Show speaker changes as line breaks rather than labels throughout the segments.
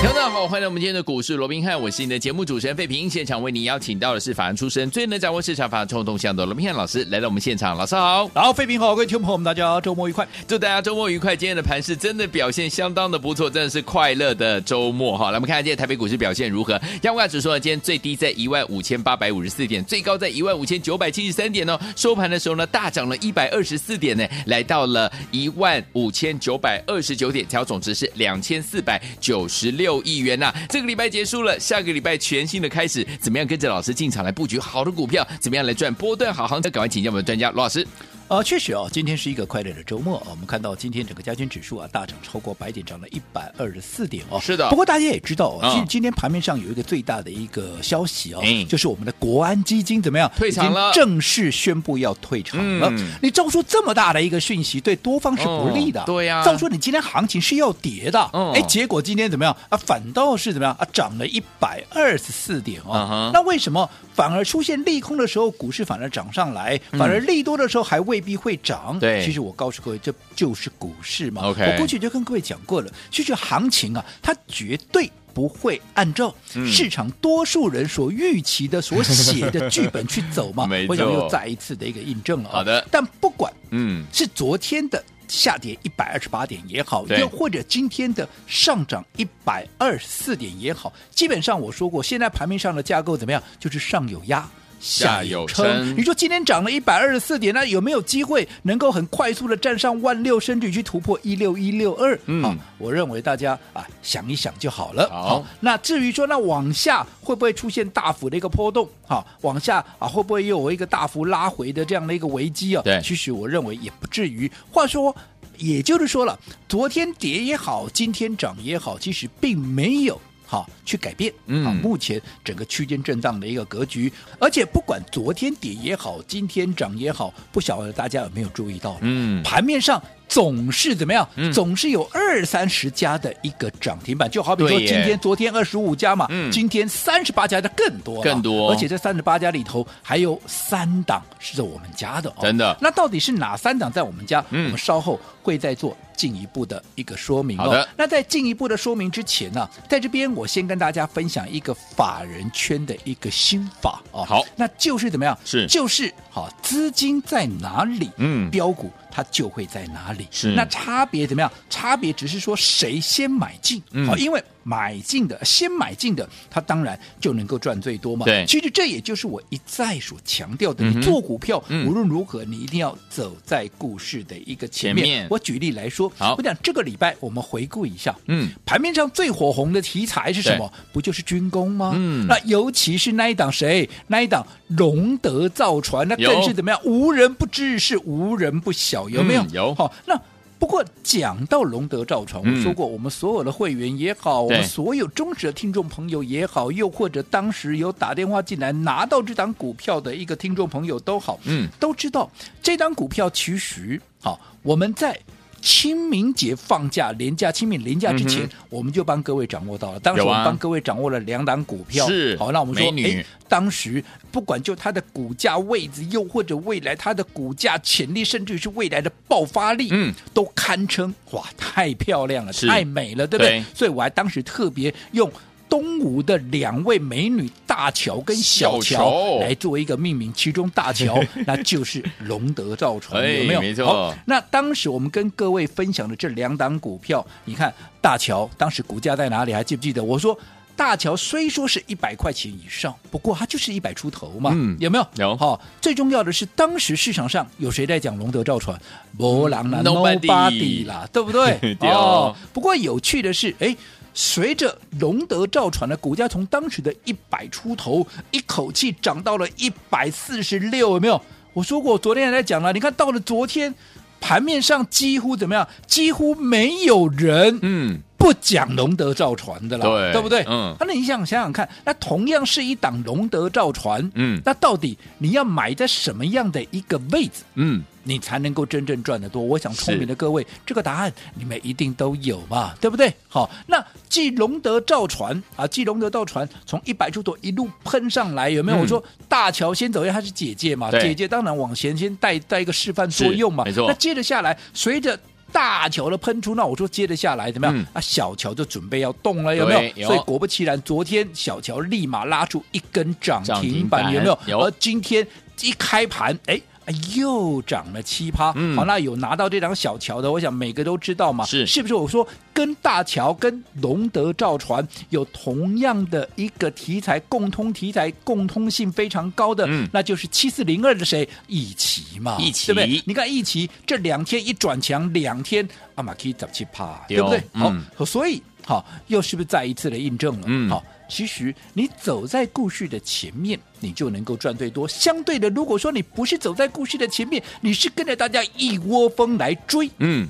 听众大家好，欢迎来我们今天的股市罗宾汉，我是你的节目主持人费平。现场为您邀请到的是法案出身、最能掌握市场法案冲动向的罗宾汉老师来到我们现场，老师好。
然后，费平好，各位听众朋友们，大家周末愉快。
祝大家周末愉快！今天的盘市真的表现相当的不错，真的是快乐的周末哈。来，我们看看今天台北股市表现如何？央股指数呢，今天最低在一万五千八百五十四点，最高在一万五千九百七十三点哦。收盘的时候呢，大涨了一百二十四点呢，来到了一万五千九百二十九点，调总值是两千四百九十六亿元呐、这个礼拜结束了，下个礼拜全新的开始，怎么样跟着老师进场来布局好的股票？怎么样来赚波段好行情？赶快请教我们的专家罗老师。
呃，确实啊，今天是一个快乐的周末啊。我们看到今天整个加权指数啊大涨超过百点，涨了一百二十四点哦。
是的
不过大家也知道哦，
嗯
其实今天盘面上有一个最大的一个消息哦，
哎
就是我们的国安基金怎么样
退场
已经
了
正式宣布要退场了。
嗯
你照出这么大的一个讯息，对多方是不利的。
哦对呀
照说你今天行情是要跌的，
嗯
哎、结果今天怎么样啊？反倒是怎么样啊？涨了一百二十四点
嗯
哦。
哼
那为什么反而出现利空的时候，股市反而涨上来，反而利多的时候还未必会涨？
嗯对
其实我告诉各位，这就是股市嘛。
OK
我过去就跟各位讲过了，其实行情啊，它绝对。不会按照
嗯
市场多数人所预期的、所写的剧本去走嘛
没？
我想
错
又再一次的一个印证了、啊。
好的
但不管
嗯，
是昨天的下跌一百二十八点也好，
对
又或者今天的上涨一百二十四点也好，基本上我说过，现在盘面上的架构怎么样，就是上有压。
下
下
有
有
撑
撑，你说今天涨了一百二十四点，那有没有机会能够很快速的站上万六，甚至于去突破一六一六二？
嗯
啊，我认为大家啊想一想就好了。
好
那至于说那往下会不会出现大幅的一个波动？好，往下啊会不会又有一个大幅拉回的这样的一个危机啊？
对
其实我认为也不至于。话说。也就是说了，昨天跌也好，今天涨也好，其实并没有好去改变
嗯
啊目前整个区间震荡的一个格局。而且不管昨天跌也好，今天涨也好，不晓得大家有没有注意到？
嗯
盘面上总是怎么样？
嗯
总是有二三十家的一个涨停板，就好比说
对
今
耶
天、昨天二十五家嘛，
嗯
今天三十八家的更多了，
更多
而且这三十八家里头还有三档是在我们家的、哦，
真的
那到底是哪三档在我们家？
嗯
我们稍后会再做进一步的一个说明、哦。
好的
那在进一步的说明之前呢、在这边我先跟大家分享一个法人圈的一个心法哦。
好
那就是怎么样？
是
就是好、资金在哪里？
嗯
标股它就会在哪里。
是
那差别怎么样？差别只是说谁先买进，好、
嗯
因为买进的先买进的，它当然就能够赚最多嘛。
对
其实这也就是我一再所强调的，
嗯哼
你做股票、
嗯
无论如何，你一定要走在故事的一个前
前面
我举例来说，
好
我讲这个礼拜我们回顾一下，
嗯，
盘面上最火红的题材是什么？不就是军工吗？
嗯
那尤其是那一档谁，那一档龙德造船，那
有
更是怎么样？无人不知，是无人不晓，有没有？
嗯有
好、那。不过讲到龙德造船，
嗯
我说过，我们所有的会员也好，我
对
们所有忠实的听众朋友也好，又或者当时有打电话进来拿到这档股票的一个听众朋友都好，
嗯，
都知道这档股票其实好，我们在。清明节放假、连假、清明连假之前，
嗯
我们就帮各位掌握到了。当时
有
我
啊
们帮各位掌握了两档股票，
是
好，那我们说
美，女
哎，当时不管就它的股价位置，又或者未来它的股价潜力，甚至于是未来的爆发力，
嗯，
都堪称哇，太漂亮了，
是
太美了，对不对？
对
所以我还当时特别用。东吴的两位美女大乔跟小
小
乔
乔
来做一个命名，其中大乔 那就是龙德造船，
哎
有没有？
没错
好那当时我们跟各位分享的这两档股票，你看大乔当时股价在哪里？还记不记得？我说大乔虽说是一百块钱以上，不过它就是一百出头嘛，
嗯
有没有？
有
好、最重要的是，当时市场上有谁在讲龙德造船？博朗啦
嗯 Nobody？
，Nobody 啦，对不对
对哦，
不过有趣的是，哎。随着龙德造船的股价从当时的一百出头，一口气涨到了一百四十六，有没有？我说过，昨天也在讲了，你看到了昨天，盘面上几乎怎么样？几乎没有人
嗯，
不讲龙德造船的啦，
对
不对？
嗯
啊那你想想想看，那同样是一档龙德造船，
嗯
那到底你要买在什么样的一个位置？
嗯，
你才能够真正赚得多。我想聪
是
明的各位，这个答案你们一定都有嘛，对不对？好，那继龙德造船啊，继龙德造船从一百出头一路喷上来，有没有？
嗯
我说大桥先走，因为它是姐姐嘛，
对
姐姐当然往前先带带一个示范作
是
用嘛，
没错
那接着下来，随着。大桥的喷出，那我说接着下来怎么样？
嗯
啊，小桥就准备要动了，有没
对有
所以果不其然，昨天小桥立马拉出一根涨
涨停
停板，有没有
板？有
而今天一开盘，哎。哎又涨了七趴，
嗯
好，那有拿到这张小桥的，我想每个都知道嘛，
是
是不是？我说跟大桥、跟龙德造船有同样的一个题材，共通题材、共通性非常高的，
嗯
那就是七四零二的谁？一奇嘛，
一起
对不对？你看一奇这两天一转强，两天啊阿玛 K 涨七趴，
对
对不对？
哦
好，所以好，又是不是再一次的印证了？
嗯
好。其实你走在故事的前面，你就能够赚最多。相对的，如果说你不是走在故事的前面，你是跟着大家一窝蜂来追，
嗯，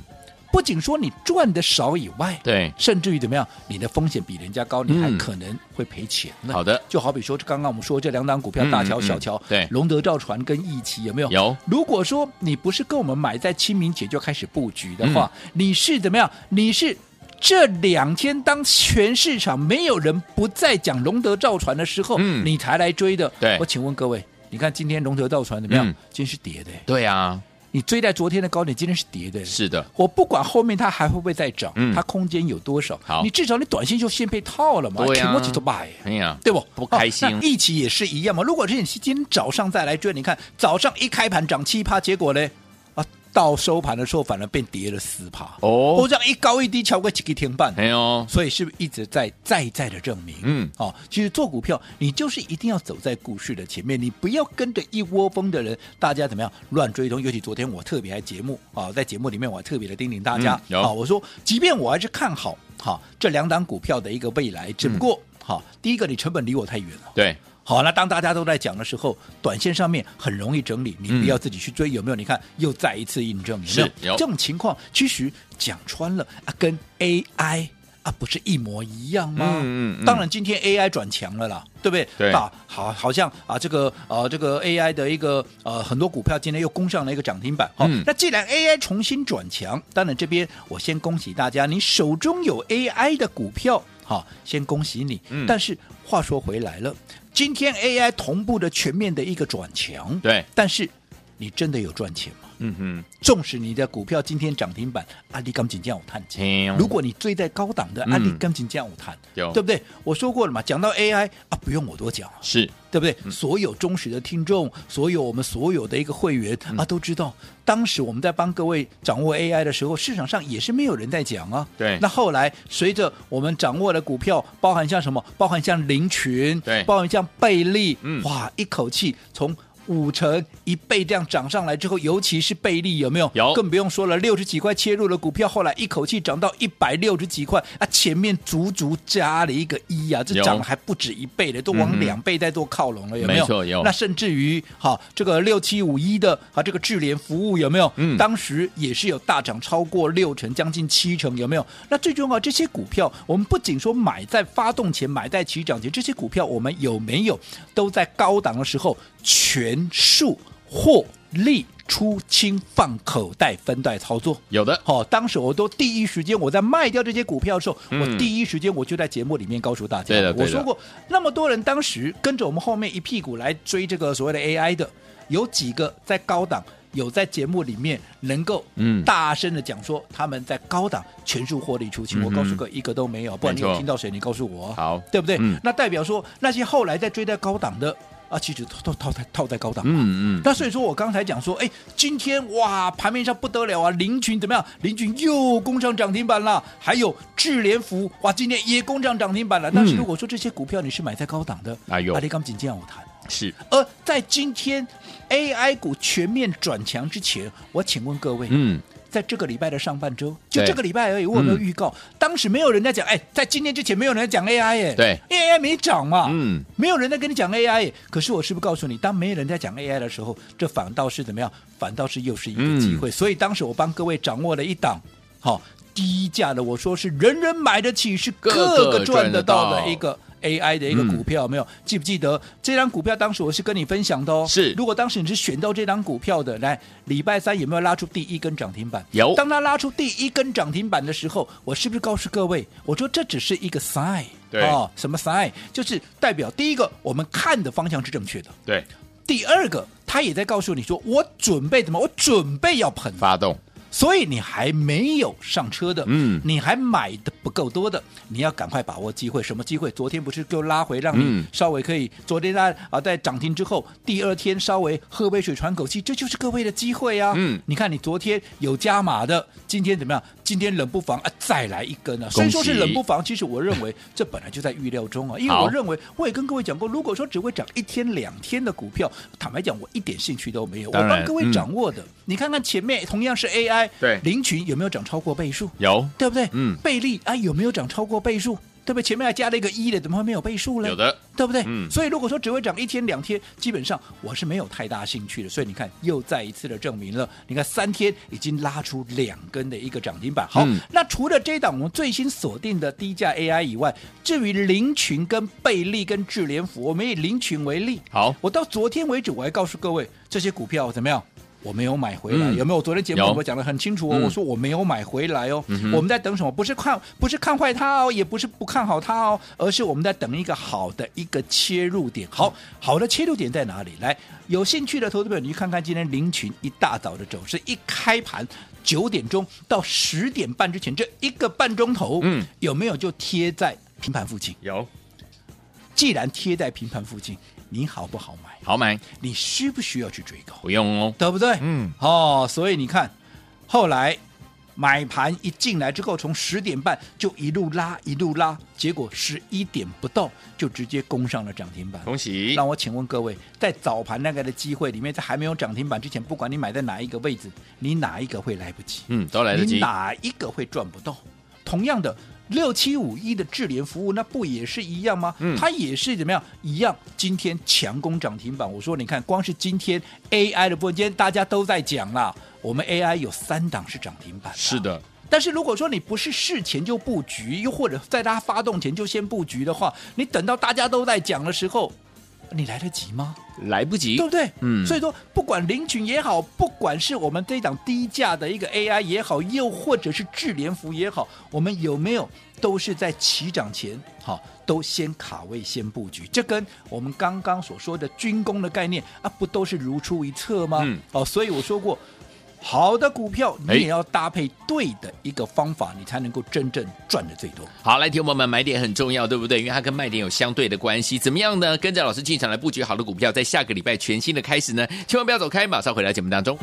不仅说你赚的少以外，
对，
甚至于怎么样，你的风险比人家高，你还
嗯
可能会赔钱呢。
好的，
就好比说，这刚刚我们说这两档股票
嗯，
大桥、
嗯
小桥，
对
龙德造船跟义奇有没有？
有
如果说你不是跟我们买在清明节就开始布局的话，
嗯
你是怎么样？你是。这两天，当全市场没有人不再讲龙德造船的时候，
嗯
你才来追的。
对
我请问各位，你看今天龙德造船怎么样？
嗯
今天是跌的，欸
对啊，
你追在昨天的高点，今天是跌的。欸
是的，
我不管后面它还会不会再涨，
嗯
它空间有多少，
好
你至少你短线就先被套了嘛，
对啊
挺过几头买耶。
哎呀，
对不？
不开心
哦那一起也是一样嘛。如果是你今天早上再来追，你看早上一开盘涨七趴，结果呢？啊，到收盘的时候反而变跌了四趴。
哦
我这样一高一低，超过几个停半。
哎呦，
所以是不是一直在再再的证明？
嗯，
哦，其实做股票，你就是一定要走在故事的前面，你不要跟着一窝蜂的人，大家怎么样乱追踪。尤其昨天我特别还节目啊、在节目里面我还特别的叮咛大家，啊
嗯，有
我说即便我还是看好哈、这两档股票的一个未来，只不过哈、第一个你成本离我太远了。
对，
好，那当大家都在讲的时候，短线上面很容易整理，你
嗯
不要自己去追，有没有？你看，又再一次印证，有
是
没有？
有
这种情况，其实讲穿了啊，跟 AI 啊不是一模一样吗？
嗯嗯嗯
当然，今天 AI 转强了啦，对不对？
对
啊，好，好像啊，这个呃，这个 AI 的一个呃，很多股票今天又攻上了一个涨停板。好、
嗯
那既然 AI 重新转强，当然这边我先恭喜大家，你手中有 AI 的股票。好，先恭喜你。
嗯
但是话说回来了，今天 AI 同步的全面的一个转强，
对，
但是你真的有赚钱吗？
嗯哼，
纵使你的股票今天涨停板，阿里钢琴这样有探钱。
听
如果你追在高档的，
嗯
阿里钢琴这样有探，
有
对不对？我说过了嘛，讲到 AI 啊，不用我多讲啊，
是
对不对？
嗯
所有忠实的听众，所有我们所有的一个会员
嗯
啊，都知道，当时我们在帮各位掌握 AI 的时候，市场上也是没有人在讲啊。
对
那后来随着我们掌握的股票，包含像什么？包含像林群，
对
包含像贝利，
嗯
哇，一口气从。五成一倍这样涨上来之后，尤其是贝利有没有？
有
更不用说了，六十几块切入的股票，后来一口气涨到一百六十几块啊！前面足足加了一个一啊，这
有
涨了还不止一倍了，都
嗯
往
哼
两倍在做靠拢了，有没有？
没错有
那甚至于哈，这个六七五一的啊，这个智联服务有没有？
嗯
当时也是有大涨超过六成，将近七成，有没有？那最重要，这些股票我们不仅说买在发动前，买在起涨前，这些股票我们有没有都在高档的时候全数获利出清，放口袋分袋操作？
有的，
好、当时我都第一时间我在卖掉这些股票的时候，
嗯
我第一时间我就在节目里面告诉大家，
对的对的
我说过那么多人当时跟着我们后面一屁股来追这个所谓的 AI 的，有几个在高档。有在节目里面能够
嗯
大声的讲说他们在高档全数获利出
嗯
清，
哼
我告诉各位一个都没有，不然你
没
有
错
听到谁？你告诉我啊，
好，
对不对？
嗯
那代表说那些后来在追在高档的啊，其实都都套在套在高档，
嗯嗯，
那所以说我刚才讲说，哎，今天哇，盘面上不得了啊，林群怎么样？林群又攻上涨停板了，还有智联福，哇，今天也攻上涨停板了。但是如果说这些股票你是买在高档的，
嗯哎呦
阿里钢琴这样我谈。
是，
而在今天 AI 股全面转强之前，我请问各位，
嗯，
在这个礼拜的上半周，就
对
这个礼拜而已，我有没有
嗯
预告？当时没有人在讲，哎，在今天之前没有人在讲 AI 哎，
对
因为，AI 没涨嘛，
嗯，
没有人在跟你讲 AI 哎。可是我是不是告诉你，当没有人在讲 AI 的时候，这
嗯
反倒是怎么样？反倒是又是一个机会。所以当时我帮各位掌握了一档，好、低价的，我说是人人买得起，是
个
个
个
个赚
赚得
得到
到
的一个 AI 的一个
嗯
股票，有没有？记不记得这张股票？当时我是跟你分享的哦。
是
如果当时你是选到这张股票的，来礼拜三有没有拉出第一根涨停板？
有
当它拉出第一根涨停板的时候，我是不是告诉各位，我说这只是一个 sign？
对
哦，什么 sign？就是代表第一个，我们看的方向是正确的；
对，
第二个，它也在告诉你说，我准备怎么，我准备要喷
发动，
所以你还没有上车的，
嗯
你还买的不够多的，你要赶快把握机会。什么机会？昨天不是就拉回，让你
嗯
稍微可以，昨天拉啊，在涨停之后，第二天稍微喝杯水喘口气，这就是各位的机会啊。
嗯
你看你昨天有加码的，今天怎么样？今天冷不防啊，再来一根啊。
恭
虽
喜
然说是冷不防，其实我认为 这本来就在预料中啊，因为
好
我认为我也跟各位讲过，如果说只会涨一天两天的股票，坦白讲，我一点兴趣都没有。我
当然
帮各位
嗯
掌握的，你看看前面同样是 AI，
对
林群有没有涨超过倍数？
有
对不对？
嗯
倍利啊有没有涨超过倍数？对不对？前面还加了一个一的，怎么会没有倍数呢？
有的，
对不对？
嗯
所以如果说只会涨一天两天，基本上我是没有太大兴趣的。所以你看，又再一次的证明了，你看三天已经拉出两根的一个涨停板。好，
嗯
那除了这一档我们最新锁定的低价 AI 以外，至于林群跟贝利跟智联福，我们以林群为例，
好，
我到昨天为止，我还告诉各位这些股票怎么样。我没有买回来，
嗯
有没有？昨天节目
有
我讲的很清楚哦，
嗯
我说我没有买回来哦。
哼
我们在等什么？不是看不是看坏它哦，也不是不看好它哦，而是我们在等一个好的一个切入点。
嗯
好好的切入点在哪里？来，有兴趣的投资者，你去看看今天林群一大早的走势，一开盘九点钟到十点半之前这一个半钟头，
嗯，
有没有就贴在平盘附近？
有，
既然贴在平盘附近，你好不好买？
好买，
你需不需要去追高？
不用哦，
对不对？
嗯，
哦，所以你看，后来买盘一进来之后，从十点半就一路拉一路拉，结果十一点不到就直接攻上了涨停板。
恭喜，
让我请问各位，在早盘那个的机会里面，在还没有涨停板之前，不管你买在哪一个位置，你哪一个会来不及？
嗯，都来得
你
及，
哪一个会赚不到？同样的，六七五一的智联服务，那不也是一样吗？
嗯
它也是怎么样？一样，今天强攻涨停板。我说，你看，光是今天 AI 的部分，今天大家都在讲啦，我们 AI 有三档是涨停板、啊
是。的，
但是如果说你不是事前就布局，又或者在它发动前就先布局的话，你等到大家都在讲的时候，你来得及吗？
来不及
对，不对？
嗯
所以说不管林群也好，不管是我们这档低价的一个 AI 也好，又或者是智联服也好，我们有没有都是在起涨前，好、都先卡位先布局，这跟我们刚刚所说的军工的概念啊，不都是如出一辙吗？
嗯
哦，所以我说过。好的股票，
哎
你也要搭配对的一个方法，你才能够真正赚的最多。
好，来，听众朋友们，买点很重要，对不对？因为它跟卖点有相对的关系。怎么样呢？跟着老师进场来布局好的股票，在下个礼拜全新的开始呢，千万不要走开，马上回到节目当中。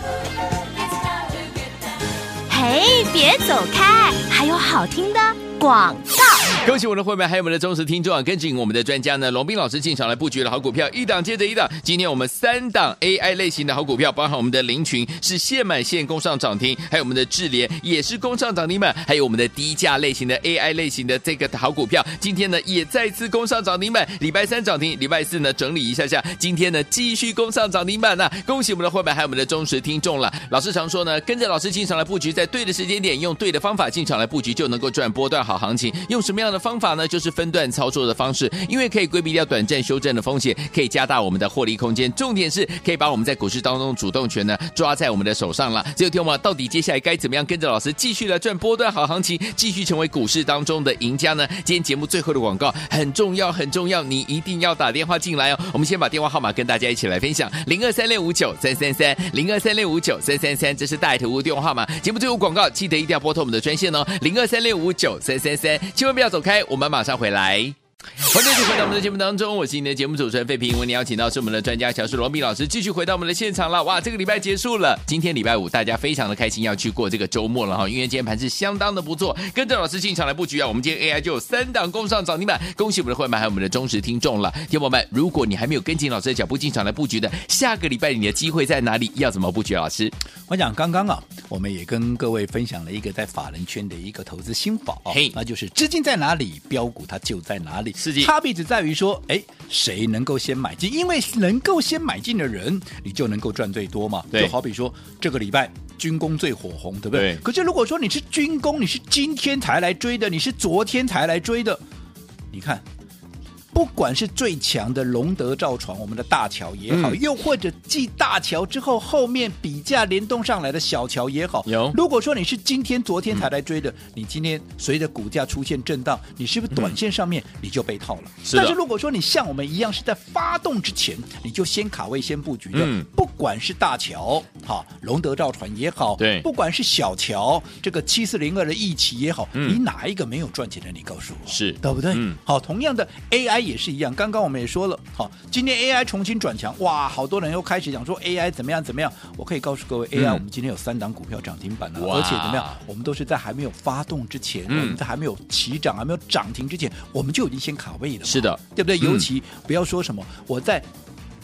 嘿，别走开，还有好听的广告。
恭喜我们的会员，还有我们的忠实听众啊！跟紧我们的专家呢，龙斌老师进场来布局了好股票，一档接着一档。今天我们三档 AI 类型的好股票，包含我们的林群是现买现攻上涨停，还有我们的智联也是攻上涨停板，还有我们的低价类型的 AI 类型的这个好股票，今天呢也再次攻上涨停板。礼拜三涨停，礼拜四呢整理一下下，今天呢继续攻上涨停板呐、恭喜我们的会员，还有我们的忠实听众了。老师常说呢，跟着老师进场来布局，在对的时间点，用对的方法进场来布局，就能够赚波段好行情。用什么样的方法呢？就是分段操作的方式，因为可以规避掉短暂修正的风险，可以加大我们的获利空间。重点是可以把我们在股市当中主动权呢抓在我们的手上了。所以，听我们到底接下来该怎么样跟着老师继续来赚波段好行情，继续成为股市当中的赢家呢？今天节目最后的广告很重要，很重要，你一定要打电话进来哦。我们先把电话号码跟大家一起来分享：零二三六五九三三三，零二三六五九三三三，这是大爱投资电话号码。节目最后广告记得一定要拨通我们的专线哦，零二三六五九三三三，千万不要走开，我们马上回来。欢迎继续回到我们的节目当中，我是你的节目主持人费平。为你邀请到是我们的专家乔氏罗密老师，继续回到我们的现场了。哇，这个礼拜结束了，今天礼拜五，大家非常的开心，要去过这个周末了哈。因为今天盘是相当的不错，跟着老师进场来布局啊。我们今天 AI 就有三档攻上涨停板，恭喜我们的会员还有我们的忠实听众了。听众朋友们，如果你还没有跟紧老师的脚步进场来布局的，下个礼拜你的机会在哪里？要怎么布局？啊老师，
我想刚刚啊，我们也跟各位分享了一个在法人圈的一个投资心法、哦
嘿
那就是资金在哪里，标股它就在哪里。
是的
差别只在于说，哎，谁能够先买进？因为能够先买进的人，你就能够赚最多嘛。
对
就好比说这个礼拜军工最火红，对不对？
对
可是如果说你是军工，你是今天才来追的，你是昨天才来追的，你看。不管是最强的龙德造船，我们的大桥也好，
嗯
又或者继大桥之后后面比价联动上来的小桥也好，
有
如果说你是今天、昨天才来追的，你今天随着股价出现震荡，你是不是短线上面你就被套了？
嗯是的
但是如果说你像我们一样是在发动之前，你就先卡位、先布局的，
嗯
不管是大桥、哈龙德造船也好，
对
不管是小桥这个七四零二的义旗也好，
嗯
你哪一个没有赚钱的？你告诉我，
是
对不对？
嗯
好，同样的 AI 也是一样，刚刚我们也说了，好，今天 AI 重新转强，哇，好多人又开始讲说 AI 怎么样怎么样。我可以告诉各位，AI、
嗯
我们今天有三档股票涨停板了、
哇
而且怎么样，我们都是在还没有发动之前，
嗯
我们在还没有起涨、还没有涨停之前，我们就已经先卡位了嘛，
是的
对不对？
嗯
尤其不要说什么，我在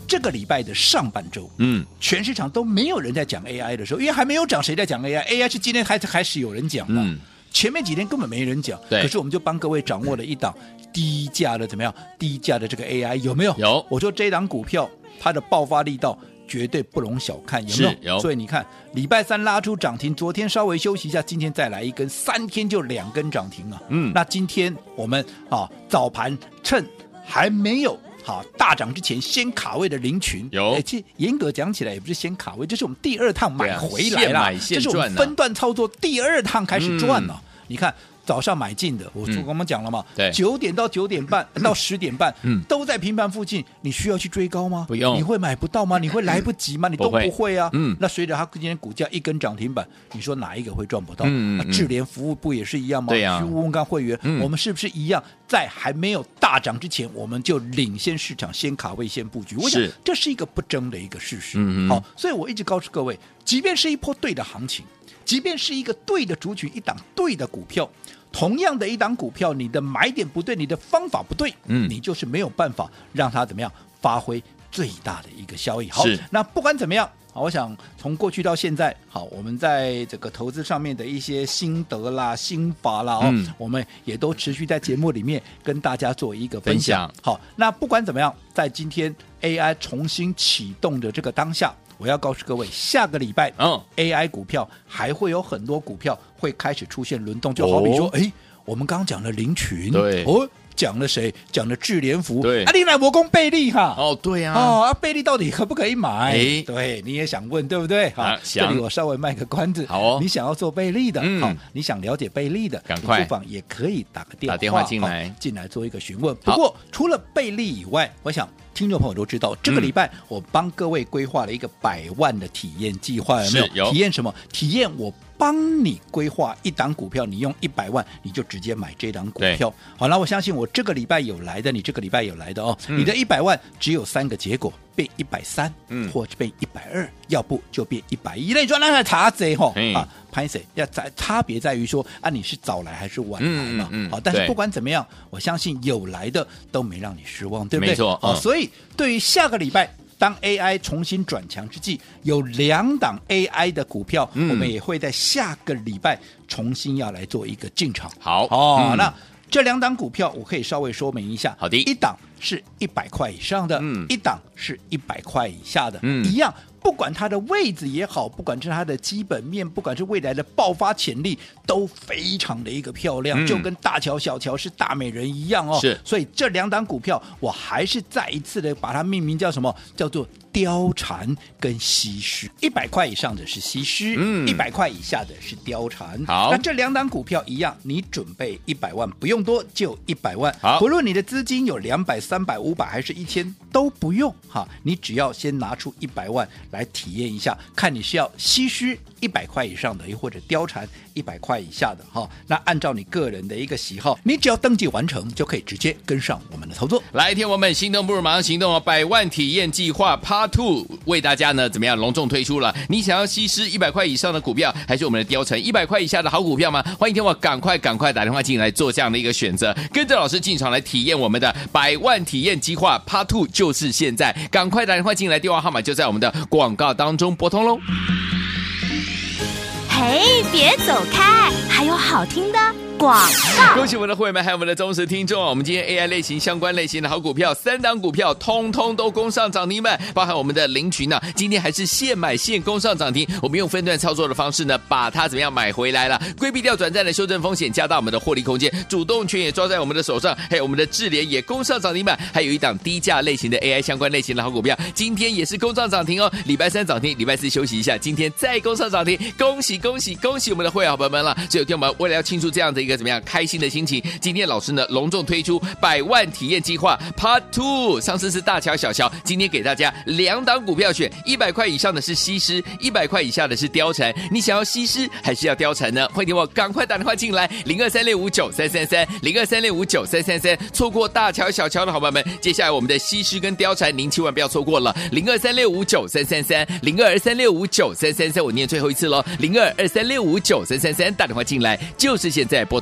这个礼拜的上半周，
嗯，
全市场都没有人在讲 AI 的时候，因为还没有涨，谁在讲 AI？AI 是今天开始开始有人讲的，
嗯
前面几天根本没人讲。
对
可是我们就帮各位掌握了一档低价的怎么样？低价的这个 AI 有没有？
有
我说这一档股票它的爆发力道。绝对不容小看，有没有
是？有
所以你看，礼拜三拉出涨停，昨天稍微休息一下，今天再来一根，三天就两根涨停啊。
嗯
那今天我们啊早盘趁还没有好大涨之前，先卡位的林群
有
哎其实严格讲起来也不是先卡位，这是我们第二趟
对
买
啊
回来啦，
现买现
这是我
赚啊
们分段操作第二趟开始赚了、你看。早上买进的，我
嗯
我刚刚讲了嘛，
对
九点到九点半到十点半，
嗯
都在平盘附近，你需要去追高吗？
不用
你会买不到吗？你会来不及吗？你都
不会
不会啊。
嗯
那随着它今天股价一根涨停板，你说哪一个会赚不到？
嗯嗯
那
嗯
智联服务不也是一样吗？
对呀
去问问看会员，
嗯
我们是不是一样，在还没有大涨之前，我们就领先市场，先卡位，先布局？我想
是
这是一个不争的一个事实。
嗯哼
好，所以我一直告诉各位，即便是一波对的行情，即便是一个对的族群，一档对的股票，同样的一档股票，你的买点不对，你的方法不对，
嗯
你就是没有办法让它怎么样发挥最大的一个效益。好
是，
那不管怎么样。好，我想从过去到现在，好，我们在这个投资上面的一些心得啦、心法啦，哦，
嗯
我们也都持续在节目里面跟大家做一个分
分
享
享。
好，那不管怎么样，在今天 AI 重新启动的这个当下，我要告诉各位，下个礼拜，
嗯
，AI 股票还会有很多股票会开始出现轮动，就好比说，
哦
哎、我们刚刚讲了林群，
对
哦，讲了谁？讲了智联福，
对
啊，你来魔攻贝利哈，
哦，对啊，
哦，啊，贝利到底可不可以买？
哎
对，你也想问对不对？
啊
这里
想
我稍微卖个关子。
好哦
你想要做贝利的，
嗯
好，你想了解贝利的，
赶快
你不妨也可以打个电话，
打电话进来
好进来做一个询问。不过除了贝利以外，我想听众朋友都知道，这个礼拜我帮各位规划了一个百万的体验计划，有没
是有
体验什么？体验我。帮你规划一档股票，你用一百万你就直接买这档股
对
票。好了，我相信我这个礼拜有来的，你这个礼拜有来的哦。
嗯
你的一百万只有三个结果，变一百三，
嗯
或者变一百二，要不就变一百一。那你说那查贼吼
嘿
啊？拍谁要在差别在于说啊，你是早来还是晚来嘛？
嗯嗯嗯
好，但是
对
不管怎么样，我相信有来的都没让你失望，对不对？
没错
好，
嗯
所以对于下个礼拜。当 AI 重新转强之际，有两档 AI 的股票，
嗯
我们也会在下个礼拜重新要来做一个进场。
好
哦，
嗯
那这两档股票我可以稍微说明一下。
好的
一档是一百块以上的，
嗯
一档是一百块以下的，
嗯
一样。不管它的位置也好，不管是它的基本面，不管是未来的爆发潜力，都非常的一个漂亮，
嗯
就跟大乔、小乔是大美人一样哦。
是
所以这两档股票，我还是再一次的把它命名叫什么？叫做貂蝉跟西施。一百块以上的是西施，
嗯
一百块以下的是貂蝉。
好
那这两档股票一样，你准备一百万，不用多，就一百万。
好
不论你的资金有两百、三百、五百还是一千，都不用哈，你只要先拿出一百万来体验一下，看你是要西施一百块以上的，又或者貂蝉一百块以下的哈。那按照你个人的一个喜好，你只要登记完成，就可以直接跟上我们的操作。
来，天王们，心动不如马上行动哦！百万体验计划 Part Two 为大家呢怎么样隆重推出了？你想要西施一百块以上的股票，还是我们的貂蝉一百块以下的好股票吗？欢迎天王赶快赶快打电话进来做这样的一个选择，跟着老师进场来体验我们的百万体验计划 Part Two 就是现在，赶快打电话进来，电话号码就在我们的广告当中拨通喽。
嘿，别走开，还有好听的。广
广告。
恭喜我们的会员们，还有我们的忠实听众啊！我们今天 AI 类型相关类型的好股票，三档股票通通都攻上涨停板，包含我们的林群呢、今天还是现买现攻上涨停。我们用分段操作的方式呢，把它怎么样买回来了，规避掉转战的修正风险，加大我们的获利空间，主动权也抓在我们的手上。还有我们的智联也攻上涨停板，还有一档低价类型的 AI 相关类型的好股票，今天也是攻上涨停哦。礼拜三涨停，礼拜四休息一下，今天再攻上涨停，恭喜恭喜恭喜我们的会员好朋友们了！所以有天我们为了要庆祝这样的一个怎么样开心的心情，今天老师呢隆重推出百万体验计划 Part Two，上次是大乔小乔，今天给大家两档股票选，一百块以上的是西施，一百块以下的是貂蝉，你想要西施还是要貂蝉呢？快点我赶快打电话进来，零二三六五九三三三，零二三六五九三三三，错过大乔小乔的好朋友们，接下来我们的西施跟貂蝉您千万不要错过了，零二三六五九三三三，零二三六五九三三三，我念最后一次喽，零二二三六五九三三三，打电话进来就是现在，拨